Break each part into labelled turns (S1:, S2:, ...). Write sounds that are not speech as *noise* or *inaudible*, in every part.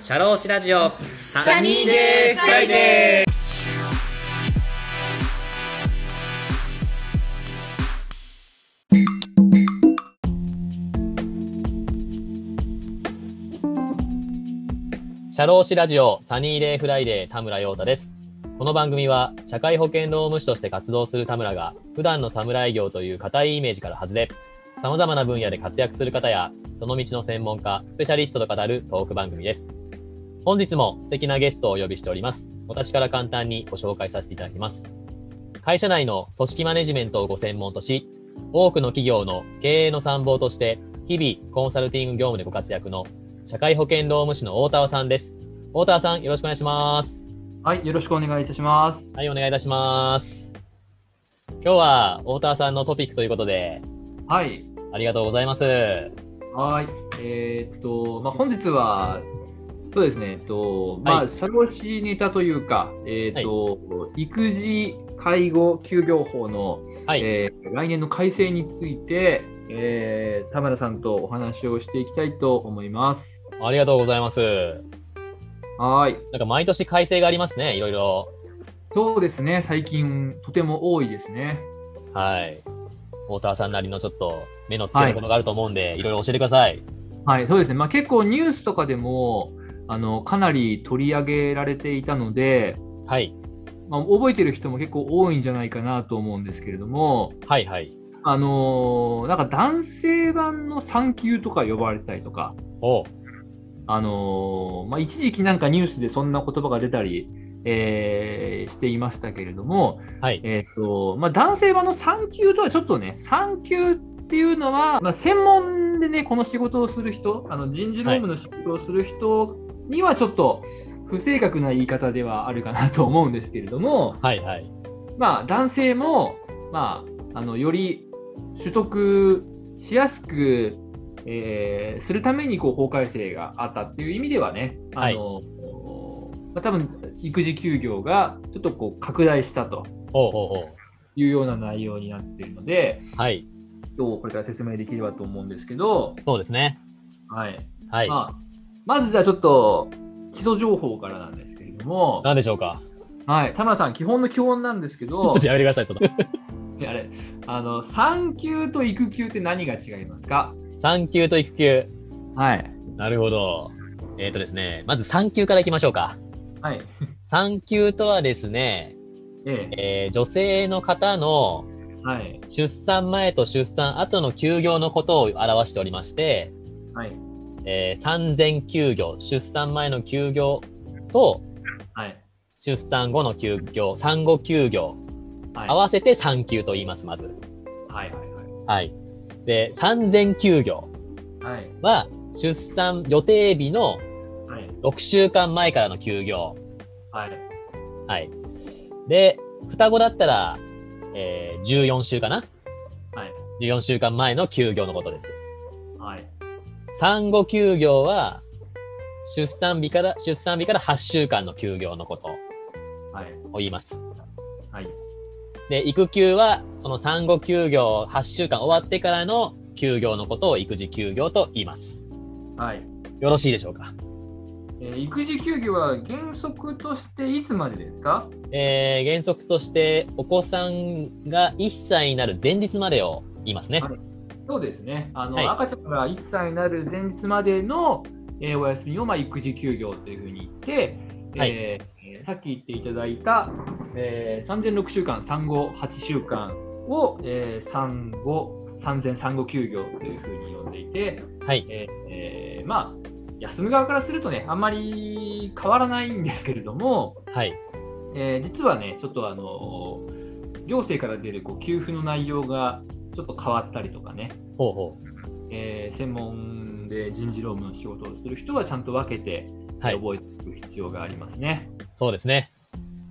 S1: シャローシラジオサ
S2: ニーデーフライデ
S1: ーシャローシラジオサニーデーフライデー田村陽太ですこの番組は社会保険労務士として活動する田村が普段の侍業という固いイメージから外れさまざまな分野で活躍する方やその道の専門家スペシャリストと語るトーク番組です本日も素敵なゲストをお呼びしております私から簡単にご紹介させていただきます会社内の組織マネジメントをご専門とし多くの企業の経営の参謀として日々コンサルティング業務でご活躍の社会保険労務士の大田さんです大田さんよろしくお願いします
S2: はい、よろしくお願いいたします。
S1: はいお願いいたします今日は大田さんのトピックということで
S2: はい、
S1: ありがとうございます
S2: はい、えーっと、まあ、本日は。そうですね、えっと、ま
S1: は
S2: あ、社労士ネタというか、えーっと、育児介護休業法の。
S1: はい
S2: えー来年の改正について、えー田村さんとお話をしていきたいと思います。
S1: ありがとうございます
S2: はい、
S1: なんか毎年改正がありますね、いろいろ。
S2: そうですね、最近とても多いですね。
S1: はい。大田さんなりのちょっと目の付けどころがあると思うんで、い、ろいろ教えてください。
S2: はい、そうですね、まあ、結構ニュースとかでもあのかなり取り上げられていたので、
S1: はい。
S2: まあ、覚えてる人も結構多いんじゃないかなと思うんですけれども、
S1: はいはい。
S2: あのーなんか男性版の産休とか呼ばれたりとか、
S1: おう
S2: あのーまあ、一時期なんかニュースでそんな言葉が出たり、えーしていましたけれども、
S1: はい。
S2: えーとまあ、男性版の産休とはちょっとね、産休っていうのは、まあ、専門でね、この仕事をする人、あの人事労務の仕事をする人にはちょっと不正確な言い方ではあるかなと思うんですけれども、
S1: はいはい。
S2: まあ、男性も、まあ、あのより取得しやすく、えーするためにこう法改正があったっていう意味ではね、あのまあ、多分育児休業がちょっとこう拡大したと
S1: おうおうお
S2: いうような内容になっているので、
S1: うはい。
S2: どうこれから説明できればと思うんですけど、
S1: そうですね。
S2: はい
S1: はい。
S2: まあ、まずじゃあちょっと基礎情報からなんですけれども、
S1: なんでしょうか。
S2: はい、田村さん、基本の基本なんですけ
S1: ちょ
S2: ど
S1: っと、やめてください。ちょっと
S2: ねあれ、あの、産休と育休って何が違いますか
S1: 産休と育休。
S2: はい。
S1: なるほど。えっ、とですね、まず産休からいきましょうか。
S2: はい。
S1: 産休とはですね、
S2: ええ。
S1: えー女性の方の
S2: はい。
S1: 出産前と出産後の休業のことを表しておりまして、
S2: はい。
S1: えー産前休業、出産前の休業と
S2: はい。
S1: 出産後の休業、産後休業、
S2: はい。
S1: 合わせて産休と言います、まず。
S2: はい。は
S1: はい。で、産前休業
S2: い。はい。
S1: は、出産予定日の
S2: はい。
S1: 6週間前からの休業。
S2: はい。
S1: はい。で、双子だったら、えー14週かな
S2: はい。
S1: ?14 週間前の休業のことです。
S2: はい。
S1: 産後休業は、出産日から、出産日から8週間の休業のこと
S2: はい。
S1: を言います。
S2: はい。
S1: で、育休は、その産後休業8週間終わってからの休業のことを育児休業と言います。
S2: はい。
S1: よろしいでしょうか。
S2: えー育児休業は原則としていつまでですか
S1: えー原則として、お子さんが1歳になる前日までを言いますね。
S2: はいそうですね。あの、
S1: はい
S2: 赤ちゃんが1歳になる前日までの、えーお休みを、まあ、育児休業というふうに言って、
S1: はい
S2: えーさっき言っていただいた、えー、3006週間、産後8週間を、えー産後、産前産後休業というふうに呼んでいて、
S1: はい
S2: えーえーまあ、休む側からするとね、あんまり変わらないんですけれども、
S1: はい。
S2: えー実はね、ちょっとあの行政から出るこう給付の内容がちょっと変わったりとかね、
S1: ほうほ
S2: えー専門で人事労務の仕事をする人はちゃんと分けて
S1: う。はい。
S2: 覚えていく必要がありますね。
S1: そうですね。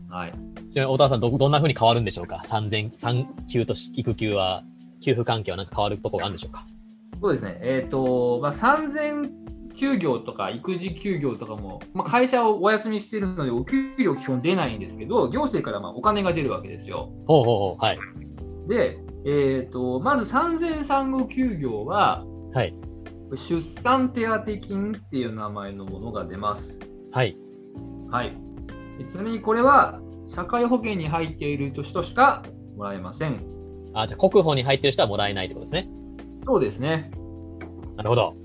S2: はい、
S1: ちなみに、大田さん、ど、どんな風に変わるんでしょうか産前、産休と育休は、給付関係はなんか変わるとこがあるんでしょうか
S2: そうですね、えーとまあ、産前休業とか育児休業とかも、まあ、会社をお休みしているので、お給料基本出ないんですけど、行政からまあお金が出るわけですよ。
S1: ほうほうほう。はい。
S2: で、えー、とまず産前産後休業は、
S1: はい
S2: これ出産手当金っていう名前のものが出ます。
S1: はい。
S2: はい、でちなみにこれは社会保険に入っている人しかもらえません。
S1: あ、じゃあ国保に入ってる人はもらえないってことですね。
S2: そうですね。
S1: なるほど。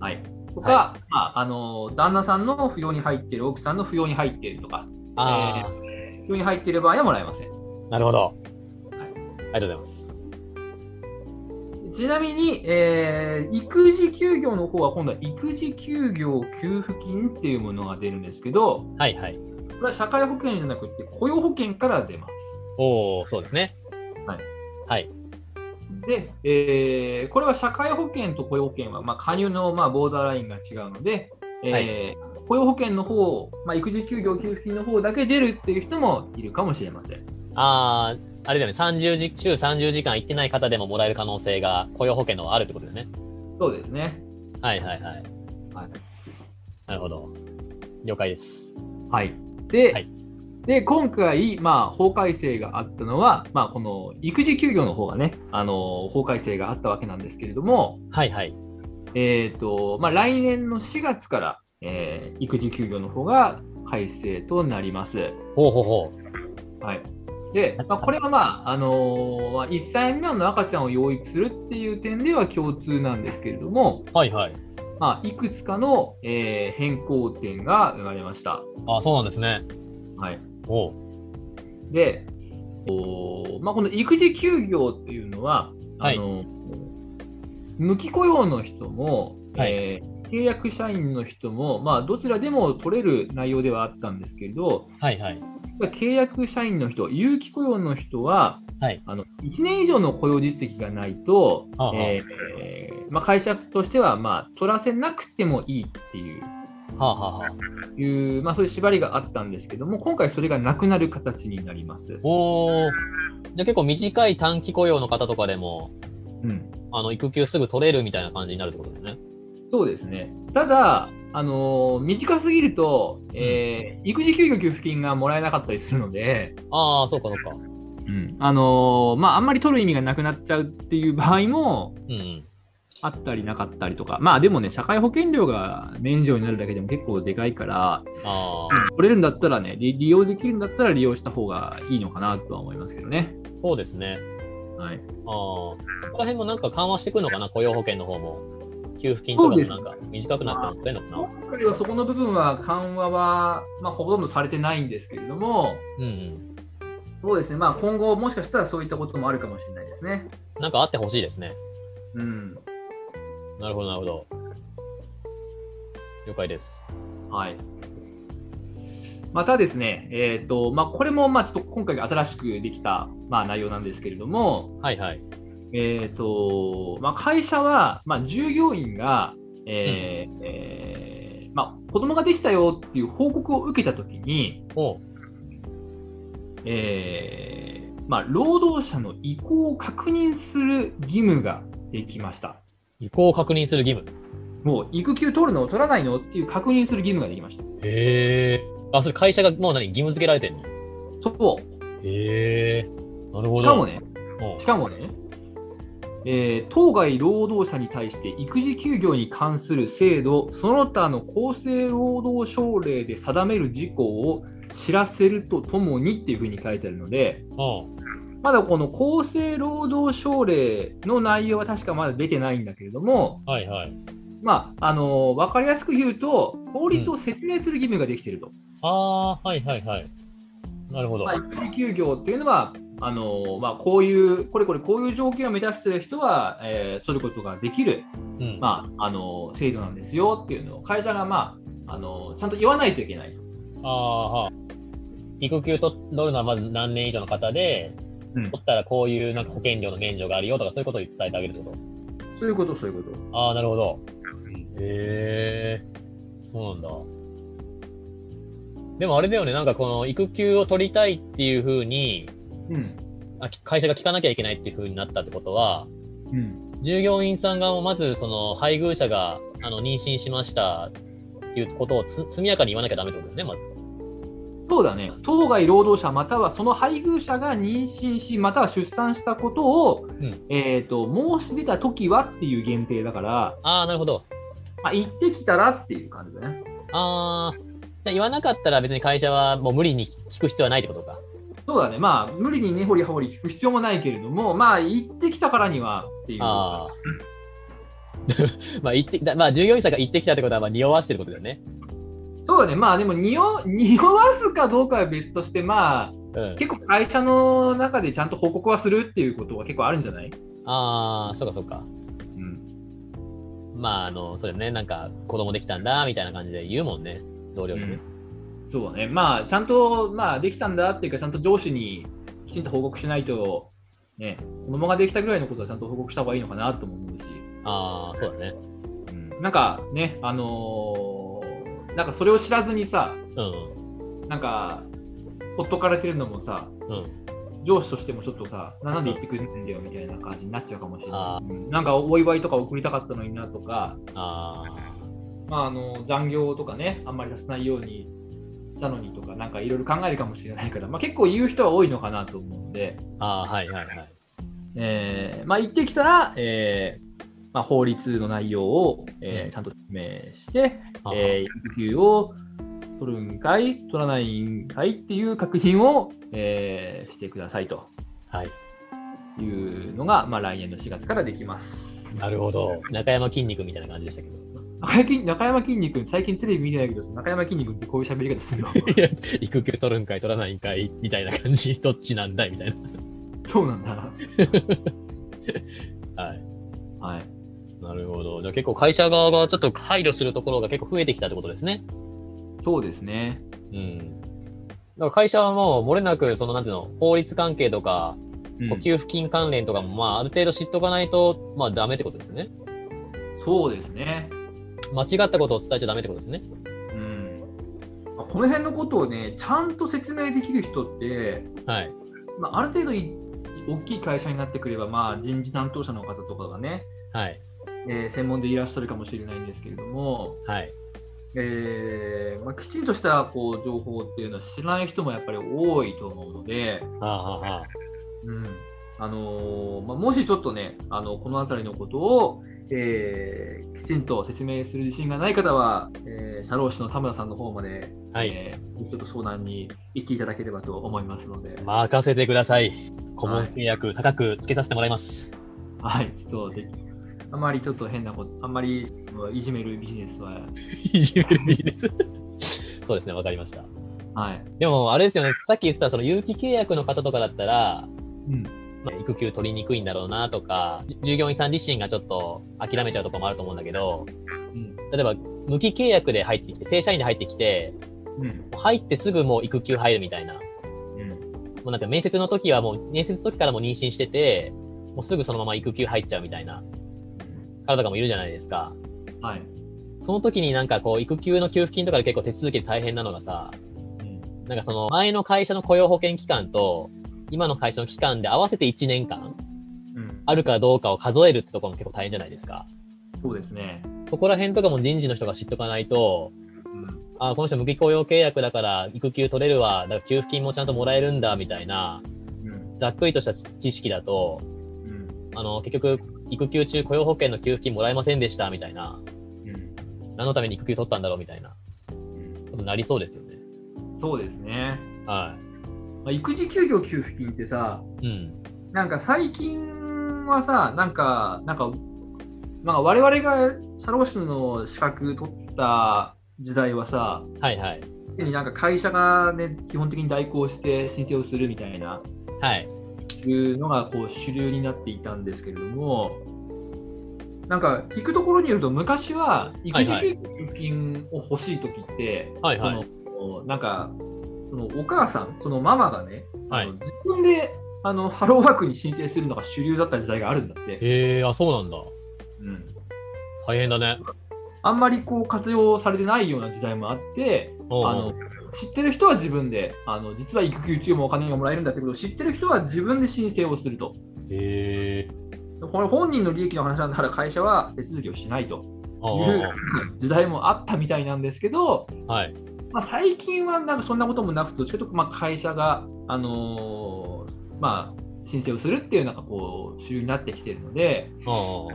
S2: はい、とか、まああの、旦那さんの扶養に入っている、奥さんの扶養に入っているとか、
S1: ああ、
S2: 扶養に入っている場合はもらえません。
S1: なるほど。ありがとうございます。
S2: ちなみに、えー育児休業の方は今度は育児休業給付金っていうものが出るんですけど、
S1: はいはい。
S2: これは社会保険じゃなくて雇用保険から出ます。
S1: おお、そうですね。
S2: はい。
S1: はい。
S2: で、えーこれは社会保険と雇用保険は、まあ、加入の、まあ、ボーダーラインが違うので、えー
S1: は
S2: 雇用保険の方、まあ、育児休業給付金の方だけ出るっていう人もいるかもしれません。
S1: ああ、あれだよね。30時、週30時間行ってない方でももらえる可能性が雇用保険のはあるってことですね。
S2: そうですね。
S1: はいはいはい。
S2: はい
S1: なるほど。了解です。
S2: はい、で,、
S1: はい
S2: で今回、まあ、法改正があったのは、まあ、この育児休業の方がねあの法改正があったわけなんですけれども、
S1: はいはい。
S2: えーとまあ、来年の4月から、えー育児休業の方が改正となります。
S1: ほうほうほ
S2: はいでまあ、これは、まああの1歳未満の赤ちゃんを養育するっていう点では共通なんですけれども、
S1: う。はいはい。
S2: まあ、いくつかの、えー変更点が生まれました。
S1: あそうなんですね。
S2: はい、
S1: おう。
S2: で、おまあ、この育児休業っていうのは、
S1: はい
S2: あの無期雇用の人も、
S1: はい
S2: えー契約社員の人も、まあ、どちらでも取れる内容ではあったんですけれど、
S1: はいはい。
S2: 契約社員の人、有期雇用の人は、
S1: はい
S2: あの1年以上の雇用実績がないと、
S1: はあはあ
S2: えーまあ、会社としては、まあ、取らせなくてもいいっていう。
S1: はあ、はあはあ、
S2: いうまあ、そういう縛りがあったんですけども、今回それがなくなる形になります。
S1: おお。じゃあ結構短い短期雇用の方とかでも、
S2: うん、
S1: あの、育休すぐ取れるみたいな感じになるってことですね。
S2: そうですね。ただ、あのー短すぎると、えー育児休業給付金がもらえなかったりするので、
S1: ああ、そうかそうか。
S2: あのーまあ、あんまり取る意味がなくなっちゃうっていう場合も
S1: うんうん。
S2: あったりなかったりとか、まあでもね、社会保険料が免除になるだけでも結構でかいから、
S1: ああ、
S2: 取れるんだったらね、利利用できるんだったら利用した方がいいのかなとは思いますけどね。
S1: そうですね。
S2: はい、
S1: ああ、そこら辺もなんか緩和してくるのかな、雇用保険の方も。給付金とかもなんか短くなったの取れるのかな。
S2: 今回はそこの部分は緩和は、まあ、ほとんどされてないんですけれども、
S1: うんうん。
S2: そうですね、まあ、今後、もしかしたらそういったこともあるかもしれないですね。
S1: なんかあってほしいですね。
S2: うん
S1: なるほど、なるほど。了解です。
S2: はい。またですね、えーとまあ、これもまあちょっと今回新しくできた、まあ、内容なんですけれども、
S1: はいはい。
S2: えーとまあ、会社は、まあ、従業員が、えーえーまあ、子供ができたよっていう報告を受けたときに、
S1: おう
S2: えーまあ、労働者の意向を確認する義務ができました。
S1: 意向を確認する義務。
S2: もう育休取るの取らないのっていう確認する義務ができました。
S1: へえ。あ、それ会社がもう何義務付けられてんの
S2: そう
S1: へえ。なるほど。
S2: しかもね、
S1: おう
S2: しかもね、えー当該労働者に対して育児休業に関する制度、その他の厚生労働省令で定める事項を知らせるとともにっていうふうに書いてあるので、
S1: おう
S2: まだこの厚生労働省令の内容は確かまだ出てないんだけれども、
S1: はいはい。
S2: まああの分かりやすく言うと、法律を説明する義務ができていると。
S1: ああー、はいはいはい。なるほど。
S2: ま
S1: は
S2: あ、
S1: い
S2: 育児休業っていうのは、あのまあ、こういう、これこれ、こういう条件を目指している人は、えー取ることができる、
S1: うん
S2: まあ、あの制度なんですよっていうのを会社が、まあ、あのちゃんと言わないといけないと。
S1: ああ、はあ。育休と取るのはまず何年以上の方で、
S2: うん
S1: 取ったらこういうなんか保険料の免除があるよとか、そういうことに伝えてあげるってこ
S2: そういうこと、そういうこと。
S1: と。ああ、なるほど。へえ、そうなんだ。でもあれだよね、なんかこの育休を取りたいっていうふうに、
S2: うん
S1: あ会社が聞かなきゃいけないっていうふうになったってことは、
S2: うん
S1: 従業員さんがまずその配偶者があの妊娠しましたっていうことをつ速やかに言わなきゃダメってことだよね、まず。
S2: そうだね当該労働者またはその配偶者が妊娠しまたは出産したことを、
S1: ん
S2: えー、と申し出た時はっていう限定だから、
S1: ああ、なるほど。
S2: まあ、行ってきたらっていう感じだね
S1: ああ、じゃあ言わなかったら別に会社はもう無理に聞く必要はないってことか。
S2: そうだねまあ無理にねほりはほり聞く必要もないけれどもまあ行ってきたからにはっていう
S1: ああ。 *laughs* まあ、言ってだまあ従業員さんが言ってきたってことは、まあ、匂わせてることだよね。
S2: そうだねまあでも匂匂わすかどうかは別としてまあ
S1: うん。
S2: 結構会社の中でちゃんと報告はするっていうことは結構あるんじゃない、
S1: ああ、そうかそうか。
S2: うん、
S1: まあ、あの、それね、なんか、子供できたんだ、みたいな感じで言うもんね、同僚にね。
S2: そうだねまあちゃんと、まあ、できたんだっていうかちゃんと上司にきちんと報告しないとね子供ができたぐらいのことはちゃんと報告した方がいいのかなとも思うし、
S1: ああ、そうだね。
S2: うん、なんかねあのーなんかそれを知らずにさ
S1: うん。
S2: なんかほっとかれてるのもさ
S1: うん。
S2: 上司としてもちょっとさ、なんで言ってくれないんだよみたいな感じになっちゃうかもしれ
S1: あ
S2: ない。うんなんかお祝いとか送りたかったのになとか、
S1: ああ。
S2: まあ、あの残業とかね、あんまりさせないようにしたのにとか、なんかいろいろ考えるかもしれないから、まあ、結構言う人は多いのかなと思うんで、
S1: ああ、はいはいはい。
S2: えーまあ、言ってきたら、えーまあ、法律の内容を、
S1: うん
S2: えーちゃんと説明して、
S1: あー
S2: えー、育休を取るんかい、取らないんかいっていう確認を、えーしてくださいと。
S1: はい。
S2: いうのが、まあ、来年の4月からできます。
S1: なるほど。中山筋肉みたいな感じでしたけど。
S2: 中山筋中山きんに君、最近テレビ見てないけど、中山きんに君ってこういう喋り方す *laughs* るの
S1: いや育休取るんかい、取らないんかい、みたいな感じ、どっちなんだい、みたい
S2: そうなんだ。
S1: な。はい。
S2: はい。
S1: なるほど。じゃあ結構会社側がちょっと配慮するところが結構増えてきたってことですね。
S2: そうですね。
S1: うん。だから会社はもう漏れなく、そのなんていうの、法律関係とか、
S2: うん
S1: こう給付金関連とかも、まあある程度知っとかないと、まあダメってことですよね。
S2: そうですね。
S1: 間違ったことを伝えちゃダメってことですね。
S2: うん。まあこの辺のことをね、ちゃんと説明できる人って、
S1: はい。
S2: まあ、ある程度い大きい会社になってくれば、まあ、人事担当者の方とかがね、
S1: はい。
S2: えー専門でいらっしゃるかもしれないんですけれども、
S1: はい。
S2: えーまあ、きちんとしたこう情報っていうのは知らない人もやっぱり多いと思うので、
S1: はあ、はあはあ、
S2: うんあのーまあ、もしちょっとね、あのこの辺りのことを、えーきちんと説明する自信がない方は、えー、社労士の田村さんの方まで、
S1: はい。
S2: えーちょっと相談に行っていただければと思いますので、
S1: 任せてください。顧問契約高くつけさせてもらいます。
S2: はい、ちょっとであまりちょっと変なこと、あんまりいじめるビジネスは、
S1: いじめるビジネス。そうですね、わかりました。
S2: はい、
S1: でも、あれですよね、さっき言ってた、その有期契約の方とかだったら、
S2: うん、
S1: まあ育休取りにくいんだろうなとか、じ従業員さん自身がちょっと諦めちゃうところもあると思うんだけど、
S2: うん、
S1: 例えば、無期契約で入ってきて、正社員で入ってきて、
S2: うん、
S1: 入ってすぐもう育休入るみたいな、も
S2: うん、
S1: うなんていうの面接の時はもう、面接の時からもう妊娠してて、もうすぐそのまま育休入っちゃうみたいな方とかもいるじゃないですか。
S2: はい、
S1: その時になんかこう、育休の給付金とかで結構手続きで大変なのがさ、
S2: うん、
S1: なんかその前の会社の雇用保険期間と、今の会社の期間で合わせて1年間
S2: うん、
S1: あるかどうかを数えるってところも結構大変じゃないですか。
S2: そうですね。
S1: そこら辺とかも人事の人が知っとかないと、
S2: うん
S1: あこの人無期雇用契約だから育休取れるわ、だから給付金もちゃんともらえるんだみたいな、
S2: うん
S1: ざっくりとした知知識だと、
S2: うん
S1: あの結局、育休中雇用保険の給付金もらえませんでしたみたいな、
S2: うん
S1: 何のために育休取ったんだろうみたいな
S2: うん
S1: ことになりそうですよね。
S2: そうですね。
S1: は
S2: まあ、育児休業給付金ってさ
S1: い。うん。
S2: なんか最近はさなんかなんかなんか我々が社労士の資格取った時代はさ
S1: はいはい。
S2: 常になんか会社が、ね、基本的に代行して申請をするみたいな
S1: はい。
S2: いうのがこう主流になっていたんですけれどもなんか聞くところによると昔は育児休業給付金を欲しい時って、
S1: はいはい
S2: そのなんかそのお母さんそのママがね
S1: は
S2: あの
S1: い。
S2: 自分であのハローワークに申請するのが主流だった時代があるんだって、
S1: へえー、あ、そうなんだ。
S2: うん、
S1: 大変だね。
S2: あんまりこう活用されてないような時代もあって
S1: おうおう
S2: あの知ってる人は自分であの実は育休中もお金がもらえるんだってことを知ってる人は自分で申請をすると
S1: へえ
S2: これ本人の利益の話なんだから会社は手続きをしない
S1: ー。
S2: と
S1: ああ
S2: *laughs* いう時代もあったみたいなんですけど
S1: ああはい。
S2: まあ、最近はなんかそんなこともなくて、どっちかというとまあ会社が、あのーまあ、申請をするっていうのがこう主流になってきているので、
S1: あ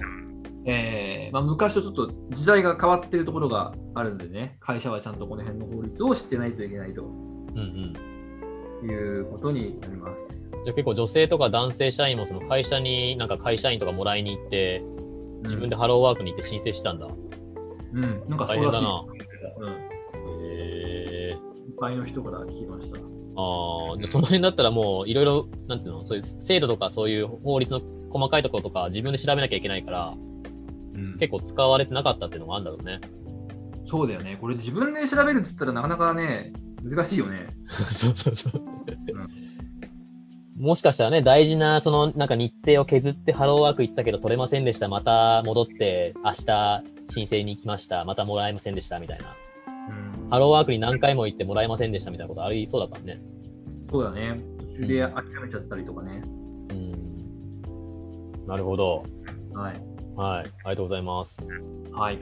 S2: えーまあ、昔とちょっと時代が変わっているところがあるんでね、会社はちゃんとこの辺の法律を知ってないといけないと
S1: あうんうん。じ
S2: いうことになります。
S1: ゃあ結構女性とか男性社員もその会社になんか会社員とかもらいに行って自分でハローワークに行って申請したんだ。へ
S2: うん、うん、なんかそうらしいです。うん、
S1: え
S2: いっぱいの人から聞きました。
S1: ああ、じゃあその辺だったらもういろいろ、なんていうの、そういう制度とかそういう法律の細かいところとか自分で調べなきゃいけないから、
S2: うん
S1: 結構使われてなかったっていうのがあるんだろうね。
S2: そうだよね。これ自分で調べるっつったらなかなかね、難しいよね。
S1: *laughs* そうそうそう。
S2: ん
S1: もしかしたらね、大事な、その、なんか日程を削ってハローワーク行ったけど取れませんでした。また戻って、明日申請に行きました。またもらえませんでした。みたいな。
S2: うん
S1: ハローワークに何回も行ってもらえませんでした。みたいなことありそうだからね。
S2: そうだね。途中で諦めちゃったりとかね。
S1: うん。なるほど。
S2: はい。
S1: はい。ありがとうございます。
S2: はい。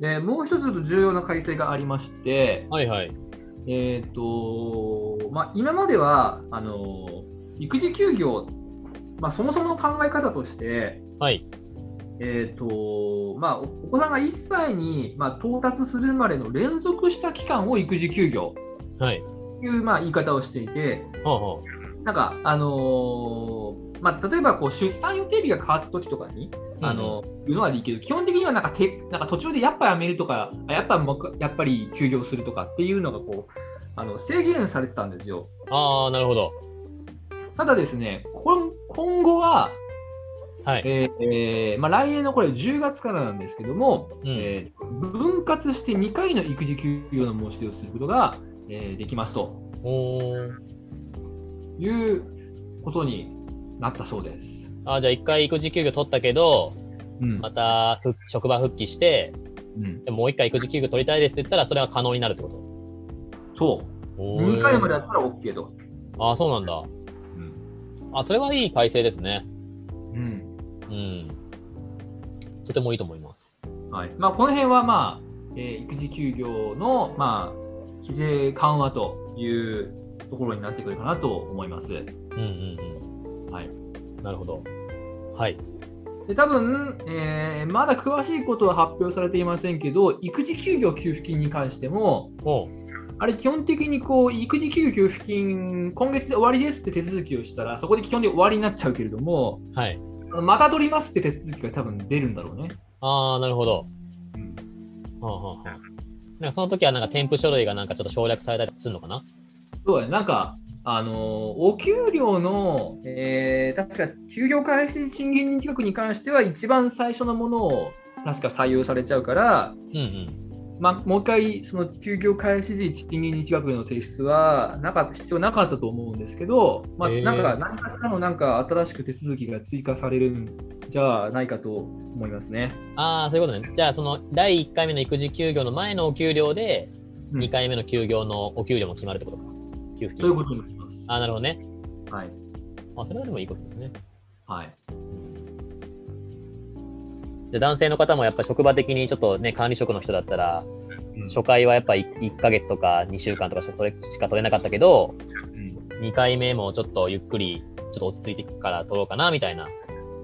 S2: で、もう一つちょっと重要な改正がありまして、
S1: はいはい。
S2: えっ、と、まあ、今までは、あの、育児休業、まあ、そもそもの考え方として、
S1: はい。
S2: えーとまあ、おお子さんが1歳に、まあ、到達するまでの連続した期間を育児休業
S1: はい。
S2: という、まあ、言い方をしていて、
S1: はあは
S2: なんか、あのーまあ、例えばこう出産予定日が変わった時とかに、
S1: あ。
S2: あのいうのはいいけど、基本的にはなんかてなんか途中でやっぱやめるとか、あやっぱもうやっぱり休業するとかっていうのがこうあの制限されてたんですよ。
S1: ああ、なるほど。
S2: ただですね、今今後は、
S1: はい。
S2: えーえーまあ、来年のこれ10月からなんですけども、
S1: うん
S2: えー分割して2回の育児休業の申し出をすることが、えーできますと
S1: おー
S2: いうことになったそうです。
S1: あーじゃあ一回育児休業取ったけど、
S2: うん
S1: また復職場復帰して、
S2: うん、
S1: でももう一回育児休業取りたいですって言ったら、それは可能になるってこと
S2: そう、2回までだったら OK と。
S1: ああ、そうなんだ。
S2: うん
S1: あそれはいい改正ですね。
S2: うん
S1: うん。とてもいいと思います。
S2: はいまあ、この辺は、まあえー育児休業の、まあ、規制緩和というところになってくるかなと思いま
S1: う
S2: す。
S1: んうんうん。
S2: はい。
S1: なるほど。はい。
S2: で多分、えーまだ詳しいことは発表されていませんけど、育児休業給付金に関しても、
S1: おう
S2: あれ、基本的にこう育児休業給付金、今月で終わりですって手続きをしたら、そこで基本で終わりになっちゃうけれども、
S1: はい。
S2: また取りますって手続きが多分出るんだろうね。
S1: ああ、なるほど。はあ、はあはあ、なんかその時はなんか添付書類がなんかちょっと省略されたりするのかな
S2: そうだね、なんか、あのーお給料の、えー確か休業開始賃金近くに関しては、一番最初のものを確か採用されちゃうから、
S1: うんうん。
S2: まあ、もう一回、その休業開始時、賃金近くの提出はなかった必要なかったと思うんですけど、まあ、
S1: へー
S2: なんか何かしらのなんか新しく手続きが追加されるんじゃないかと思いますね。
S1: ああ、そういうことね。じゃあ、その第1回目の育児休業の前のお給料で、
S2: うん
S1: 2回目の休業のお給料も決まるってことか。給付金。
S2: ということになります。
S1: ああ、なるほどね。
S2: はい
S1: あそれはでもいいことですね。
S2: はい
S1: で男性の方もやっぱ職場的にちょっとね、管理職の人だったら、
S2: うん
S1: 初回はやっぱ 1, ヶ月とか2週間とかしかそれしか取れなかったけど、
S2: うん
S1: 2回目もちょっとゆっくり、ちょっと落ち着いてから取ろうかなみたいな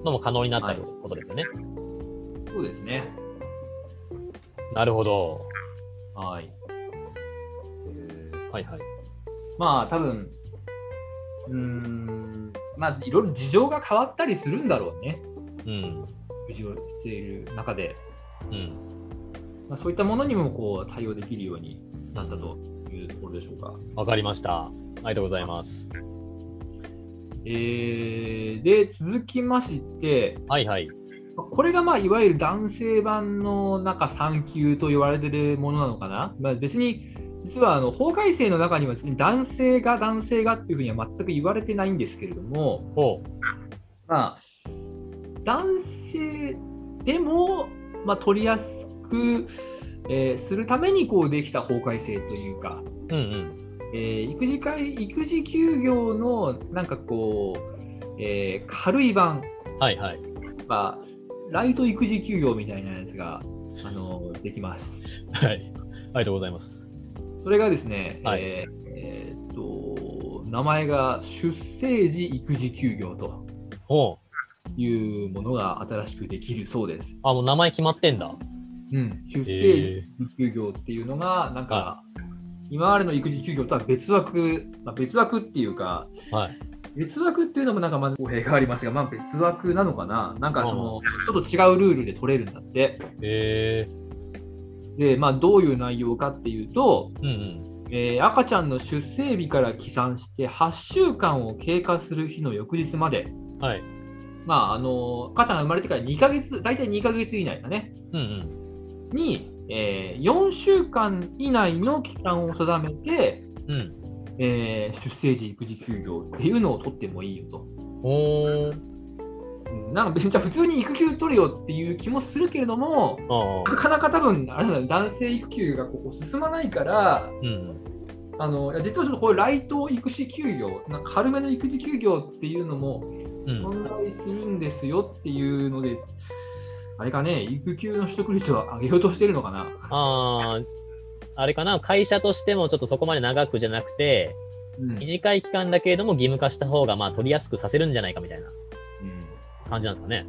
S1: のも可能になったってことですよね。
S2: そうですね。
S1: なるほど。
S2: はい
S1: はいはい。
S2: まあ多分うーんまあいろいろ事情が変わったりするんだろうね
S1: うん。
S2: 育児をしている中で、
S1: うん。
S2: まあ、そういったものにもこう対応できるようになったというところでしょうか、
S1: わかりました。ありがとうございます。
S2: えーで続きまして
S1: はいはい。
S2: これがまあいわゆる男性版のなんか産休と言われてるものなのかな、まあ、別に実はあの法改正の中には別に男性が男性がっていうふうには全く言われてないんですけれども、
S1: ほう。
S2: まあ、男性でも、まあ、取りやすく、えーするためにこうできた法改正というか、
S1: うんうん。
S2: えー育児会育児休業のなんかこう、えー軽い版、
S1: はいはい。
S2: まあ、ライト育児休業みたいなやつがあのできます。
S1: はい。ありがとうございます。
S2: それがですね、
S1: はい
S2: えーえーっと、名前が出生時育児休業と
S1: おう
S2: いうものが新しくできるそうです。
S1: あ、もう名前決まってんだ。
S2: うん、出生時
S1: え
S2: 育児休業っていうのが、なんか、今までの育児休業とは別枠、まあ、別枠っていうか、
S1: ー、はい。
S2: 別枠っていうのもなんかまあ語弊がありますが、まあ、別枠なのかな、なんかそのちょっと違うルールで取れるんだって、
S1: えー、
S2: でまあ、どういう内容かっていうと、
S1: うんうん。
S2: えー赤ちゃんの出生日から起算して8週間を経過する日の翌日まで、
S1: はい。
S2: まあ、あの赤ちゃんが生まれてから2ヶ月、大体2ヶ月以内だね、
S1: うんうん。
S2: に、え4週間以内の期間を定めて、
S1: うん。
S2: えー出生時育児休業っていうのを取ってもいいよと。
S1: おー。
S2: うんなんか別にじゃあ普通に育休取るよっていう気もするけれども、
S1: ああ。
S2: なかなか多分あれだ、ね、男性育休がここ進まないから、
S1: うん。
S2: あのいや実はちょっとこういうライト育児休業、なんか軽めの育児休業っていうのも
S1: うん。
S2: 存在するんですよっていうので、あれかね、育休の取得率を上げようとしてるのかな。
S1: ああ。あれかな会社としてもちょっとそこまで長くじゃなくて、
S2: うん
S1: 短い期間だけれども義務化した方が、まあ、取りやすくさせるんじゃないかみたいな
S2: うん
S1: 感じなんですかね。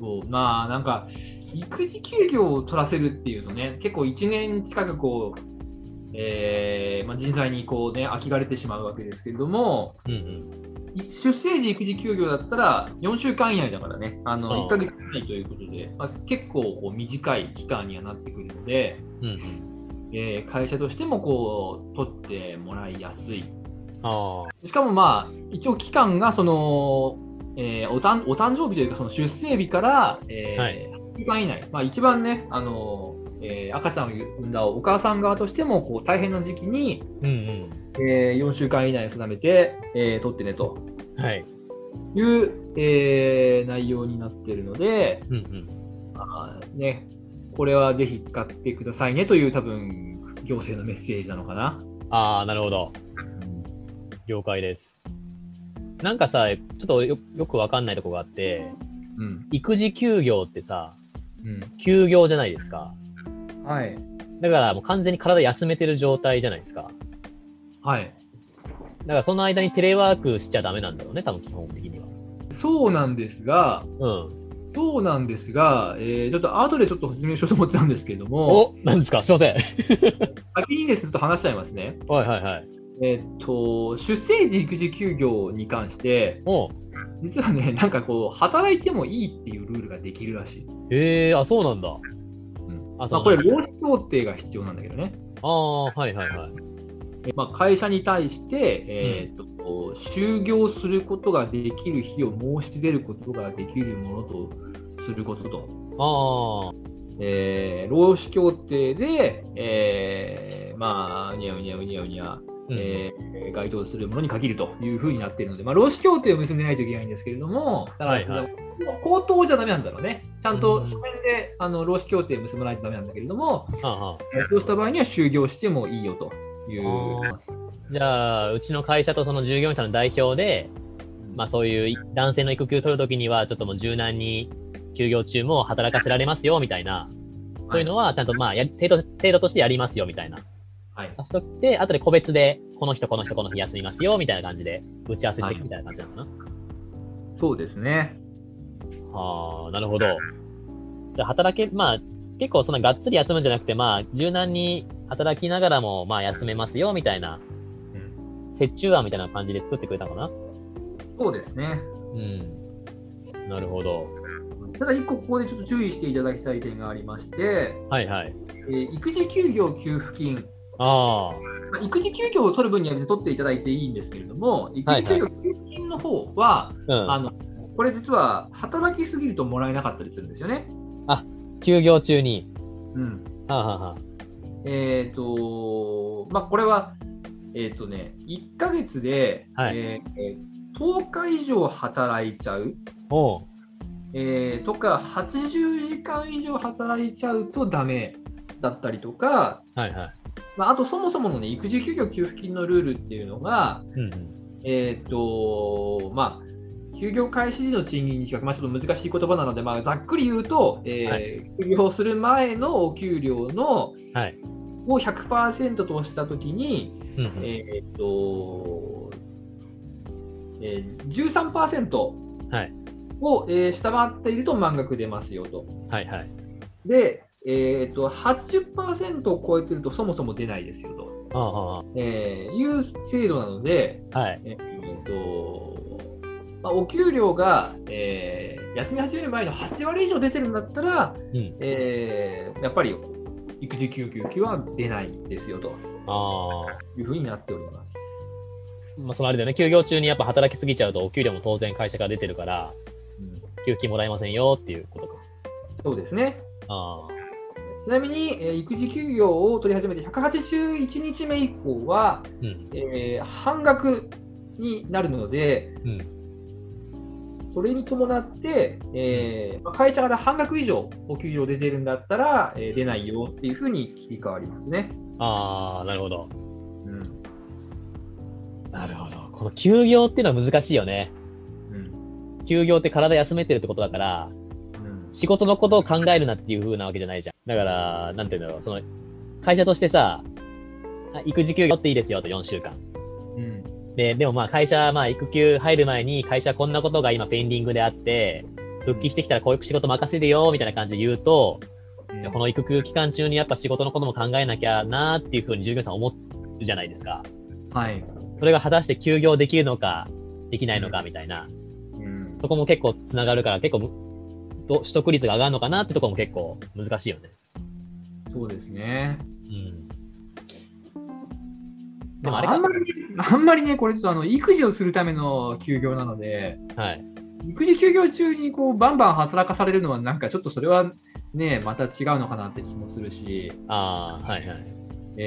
S2: そうまあなんか育児休業を取らせるっていうとね結構1年近くこう、えーまあ、人材にこうね秋がれてしまうわけですけれども
S1: うんうん。
S2: い出生時育児休業だったら4週間以内だからねあの
S1: あ
S2: 1
S1: あ
S2: ヶ月以内ということで、まあ、結構こう短い期間にはなってくるので、
S1: うんうん。
S2: えー会社としてもこう取ってもらいやすい
S1: ああ。
S2: しかもまあ一応期間がその、えーおたんお誕生日というかその出生日から、えー
S1: はい
S2: 8時間以内、まあ、一番ねあの、えー赤ちゃんを産んだお母さん側としてもこう大変な時期に、
S1: うん
S2: え4週間以内に定めて、えー取ってねと
S1: うん。はい。
S2: いう、えー内容になっているので、
S1: うんうん。
S2: まあね、これはぜひ使ってくださいねという多分行政のメッセージなのかな。
S1: ああ、なるほど。了解です。なんかさ、ちょっとよよくわかんないとこがあって、
S2: うん
S1: 育児休業ってさ、
S2: う
S1: 休業じゃないですか。
S2: ん、はい、
S1: だからもう完全に体休めてる状態じゃないですか。
S2: はい
S1: だからその間にテレワークしちゃダメなんだろうね、多分基本的には。
S2: そうなんですが、
S1: うん。
S2: そうなんですが、えーちょっと後でちょっと説明しようと思ってたんですけれども、
S1: おなんですかすいません。
S2: 先にですねちょっと話しちゃいますね。
S1: はいはいはい。
S2: えーっと、出生時育児休業に関して、
S1: おう
S2: 実はね、 *laughs* なんかこう、働いてもいいっていうルールができるらしい。
S1: へえー、あ、そうなんだ。
S2: ん
S1: あ、
S2: ま
S1: そ
S2: あ、
S1: う
S2: こ
S1: な
S2: れ、
S1: んだ
S2: 労使協定が必要なんだけどね。
S1: ああ、はいはいはい。
S2: えまあ、会社に対して、えーっと、就業することができる日を申し出ることができるものとすることと。
S1: ああ、
S2: えー労使協定で、えーまあ、うにゃうにゃうにゃうにゃ、
S1: うん
S2: えー該当するものに限るというふうになっているので、まあ、労使協定を結んでないといけないんですけれども、だからその
S1: はい
S2: 口頭じゃだめなんだろうね、ちゃん
S1: う
S2: と
S1: ん
S2: 書面であの労使協定を結ばないとだめなんだけれども、
S1: はあはあ
S2: そうした場合には就業してもいいよという。
S1: あじゃあ、うちの会社とその従業員さんの代表で、まあそういう男性の育休取るときには、ちょっともう柔軟に休業中も働かせられますよみたいな、そういうのはちゃんとまあや制度制度としてやりますよみたいな。
S2: はい、
S1: しとって、後で個別で、この人、この人、この日休みますよみたいな感じで、打ち合わせしていくみたいな感じなのかな。
S2: そうですね。
S1: ああ、なるほど。じゃあ働け、まあ結構そんながっつり休むんじゃなくて、まあ柔軟に働きながらも、まあ休めますよみたいな、折衷案みたいな感じで作ってくれたのかな。
S2: そうですね。
S1: うん。なるほど。
S2: ただ、一個ここでちょっと注意していただきたい点がありまして、
S1: はいはい。
S2: えー育児休業給付金
S1: あ
S2: まあ育児休業を取る分には別に取っていただいていいんですけれども、育
S1: はい
S2: 児休業給付金の方は、
S1: あ、うん。
S2: あのこれ実は働きすぎるともらえなかったりするんですよね。
S1: 休業中に。
S2: うん、
S1: はあ、はあはあ、
S2: えっ、と、まあ、これは、えっ、とね、1ヶ月で、
S1: はい
S2: えーえー10日以上働いちゃう、
S1: おう
S2: えーとか、80時間以上働いちゃうとダメだったりとか、
S1: はいはい。
S2: まあ、あとそもそもの、ね、育児休業給付金のルールっていうのが、
S1: うんうん。
S2: えーっと、まあ、休業開始時の賃金に比較、まあ、ちょっと難しい言葉なので、まあ、ざっくり言うと、えー
S1: は
S2: 休業する前のお給料の、
S1: はい
S2: を100%としたときに、
S1: うんうん
S2: えーっと、えー、13%を、
S1: はい
S2: えー下回っていると満額出ますよと。
S1: はいはい。
S2: で、えーっと80%を超えてるとそもそも出ないですよと、
S1: あああ
S2: えーいう制度なので、
S1: あはい。
S2: えーっとまあ、お給料が、えー休み始める前の8割以上出てるんだったら、
S1: うん
S2: えーやっぱり育児休休給は出ないですよと
S1: ああ。
S2: いうふうになっております。
S1: まあ、そのあれだよね、休業中にやっぱ働きすぎちゃうと、お給料も当然会社から出てるから、
S2: うん
S1: 給付金もらえませんよっていうことか。
S2: そうですね
S1: あ
S2: ちなみに、えー育児休業を取り始めて181日目以降は、
S1: あ。うん。
S2: えー半額になるので、
S1: うん。
S2: それに伴って、えーまあ会社から半額以上お給料出てるんだったら、えー出ないよっていうふうに切り替わりますね。
S1: ああ、なるほど。
S2: うん
S1: なるほど。この休業っていうのは難しいよね。
S2: うん
S1: 休業って体休めてるってことだから、
S2: うん
S1: 仕事のことを考えるなっていう風なわけじゃないじゃん。だから、なんていうんだろう、その、会社としてさ、あ育児休業っていいですよと4週間。
S2: うん
S1: で、でもまあ会社、まあ育休入る前に会社こんなことが今ペンディングであって、復帰してきたらこういう仕事任せてよ、みたいな感じで言うと、じゃあこの育休期間中にやっぱ仕事のことも考えなきゃなーっていう風に従業員さん思うじゃないですか。
S2: はい、
S1: それが果たして休業できるのか、できないのかみたいな。
S2: うん
S1: そこも結構つながるから、結構む、ど取得率が上がるのかなってとこも結構難しいよね。
S2: そうですね。
S1: うん。で
S2: ま
S1: もあれ
S2: あ、
S1: か
S2: あんまりあんまりね、これちょっとあの育児をするための休業なので、
S1: はい。
S2: 育児休業中にこうバンバン働かされるのはなんかちょっとそれはねまた違うのかなって気もするし、
S1: ああ、はいはい。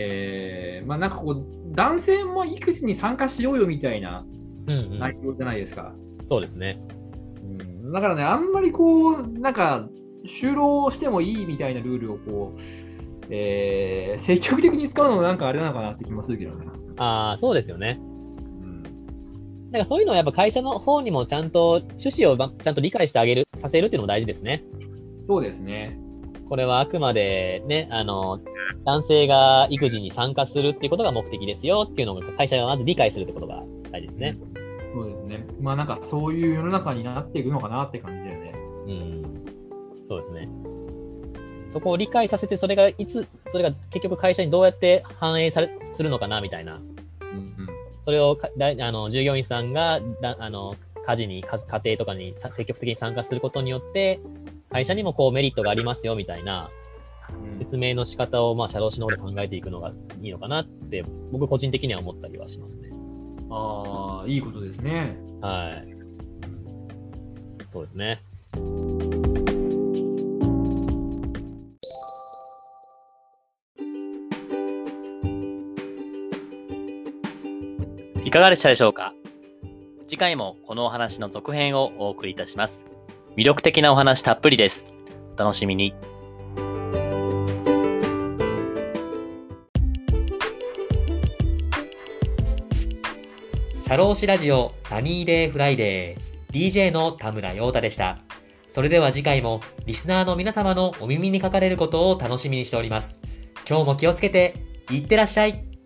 S2: えーまあなんかこう男性も育児に参加しようよみたいな
S1: うん、うん。
S2: 内容じゃないですか、
S1: そうですね。
S2: うん、だからねあんまりこうなんか就労してもいいみたいなルールをこう、えー積極的に使うのもなんかあれなのかなって気もするけどね、
S1: ああ、そうですよね。
S2: うん、
S1: だからそういうのはやっぱ会社の方にもちゃんと趣旨をばちゃんと理解してあげる、させるっていうのも大事ですね。
S2: そうですね
S1: これはあくまでね、あの、男性が育児に参加するっていうことが目的ですよっていうのを会社がまず理解するってことが大事ですね。
S2: そうですねまあなんかそういう世の中になっていくのかなって感じだよね
S1: うん、そうですね。そこを理解させて、それがいつ、それが結局会社にどうやって反映されするのかなみたいな、
S2: うん
S1: それをかだいあの従業員さんがだあの家事に家、家庭とかにさ積極的に参加することによって、会社にもこうメリットがありますよみたいな
S2: うん
S1: 説明の仕方を、まあ、社労士の方で考えていくのがいいのかなって、僕個人的には思ったりはしますね。
S2: ああ、いいことですね。
S1: はい。そうですね。
S3: いかがでしたでしょうか次回もこのお話の続編をお送りいたします。魅力的なお話たっぷりです。お楽しみに。
S4: シャローシラジオサニーデイフライデー DJ の田村陽太でした。それでは次回もリスナーの皆様のお耳にかかれることを楽しみにしております。今日も気をつけていってらっしゃい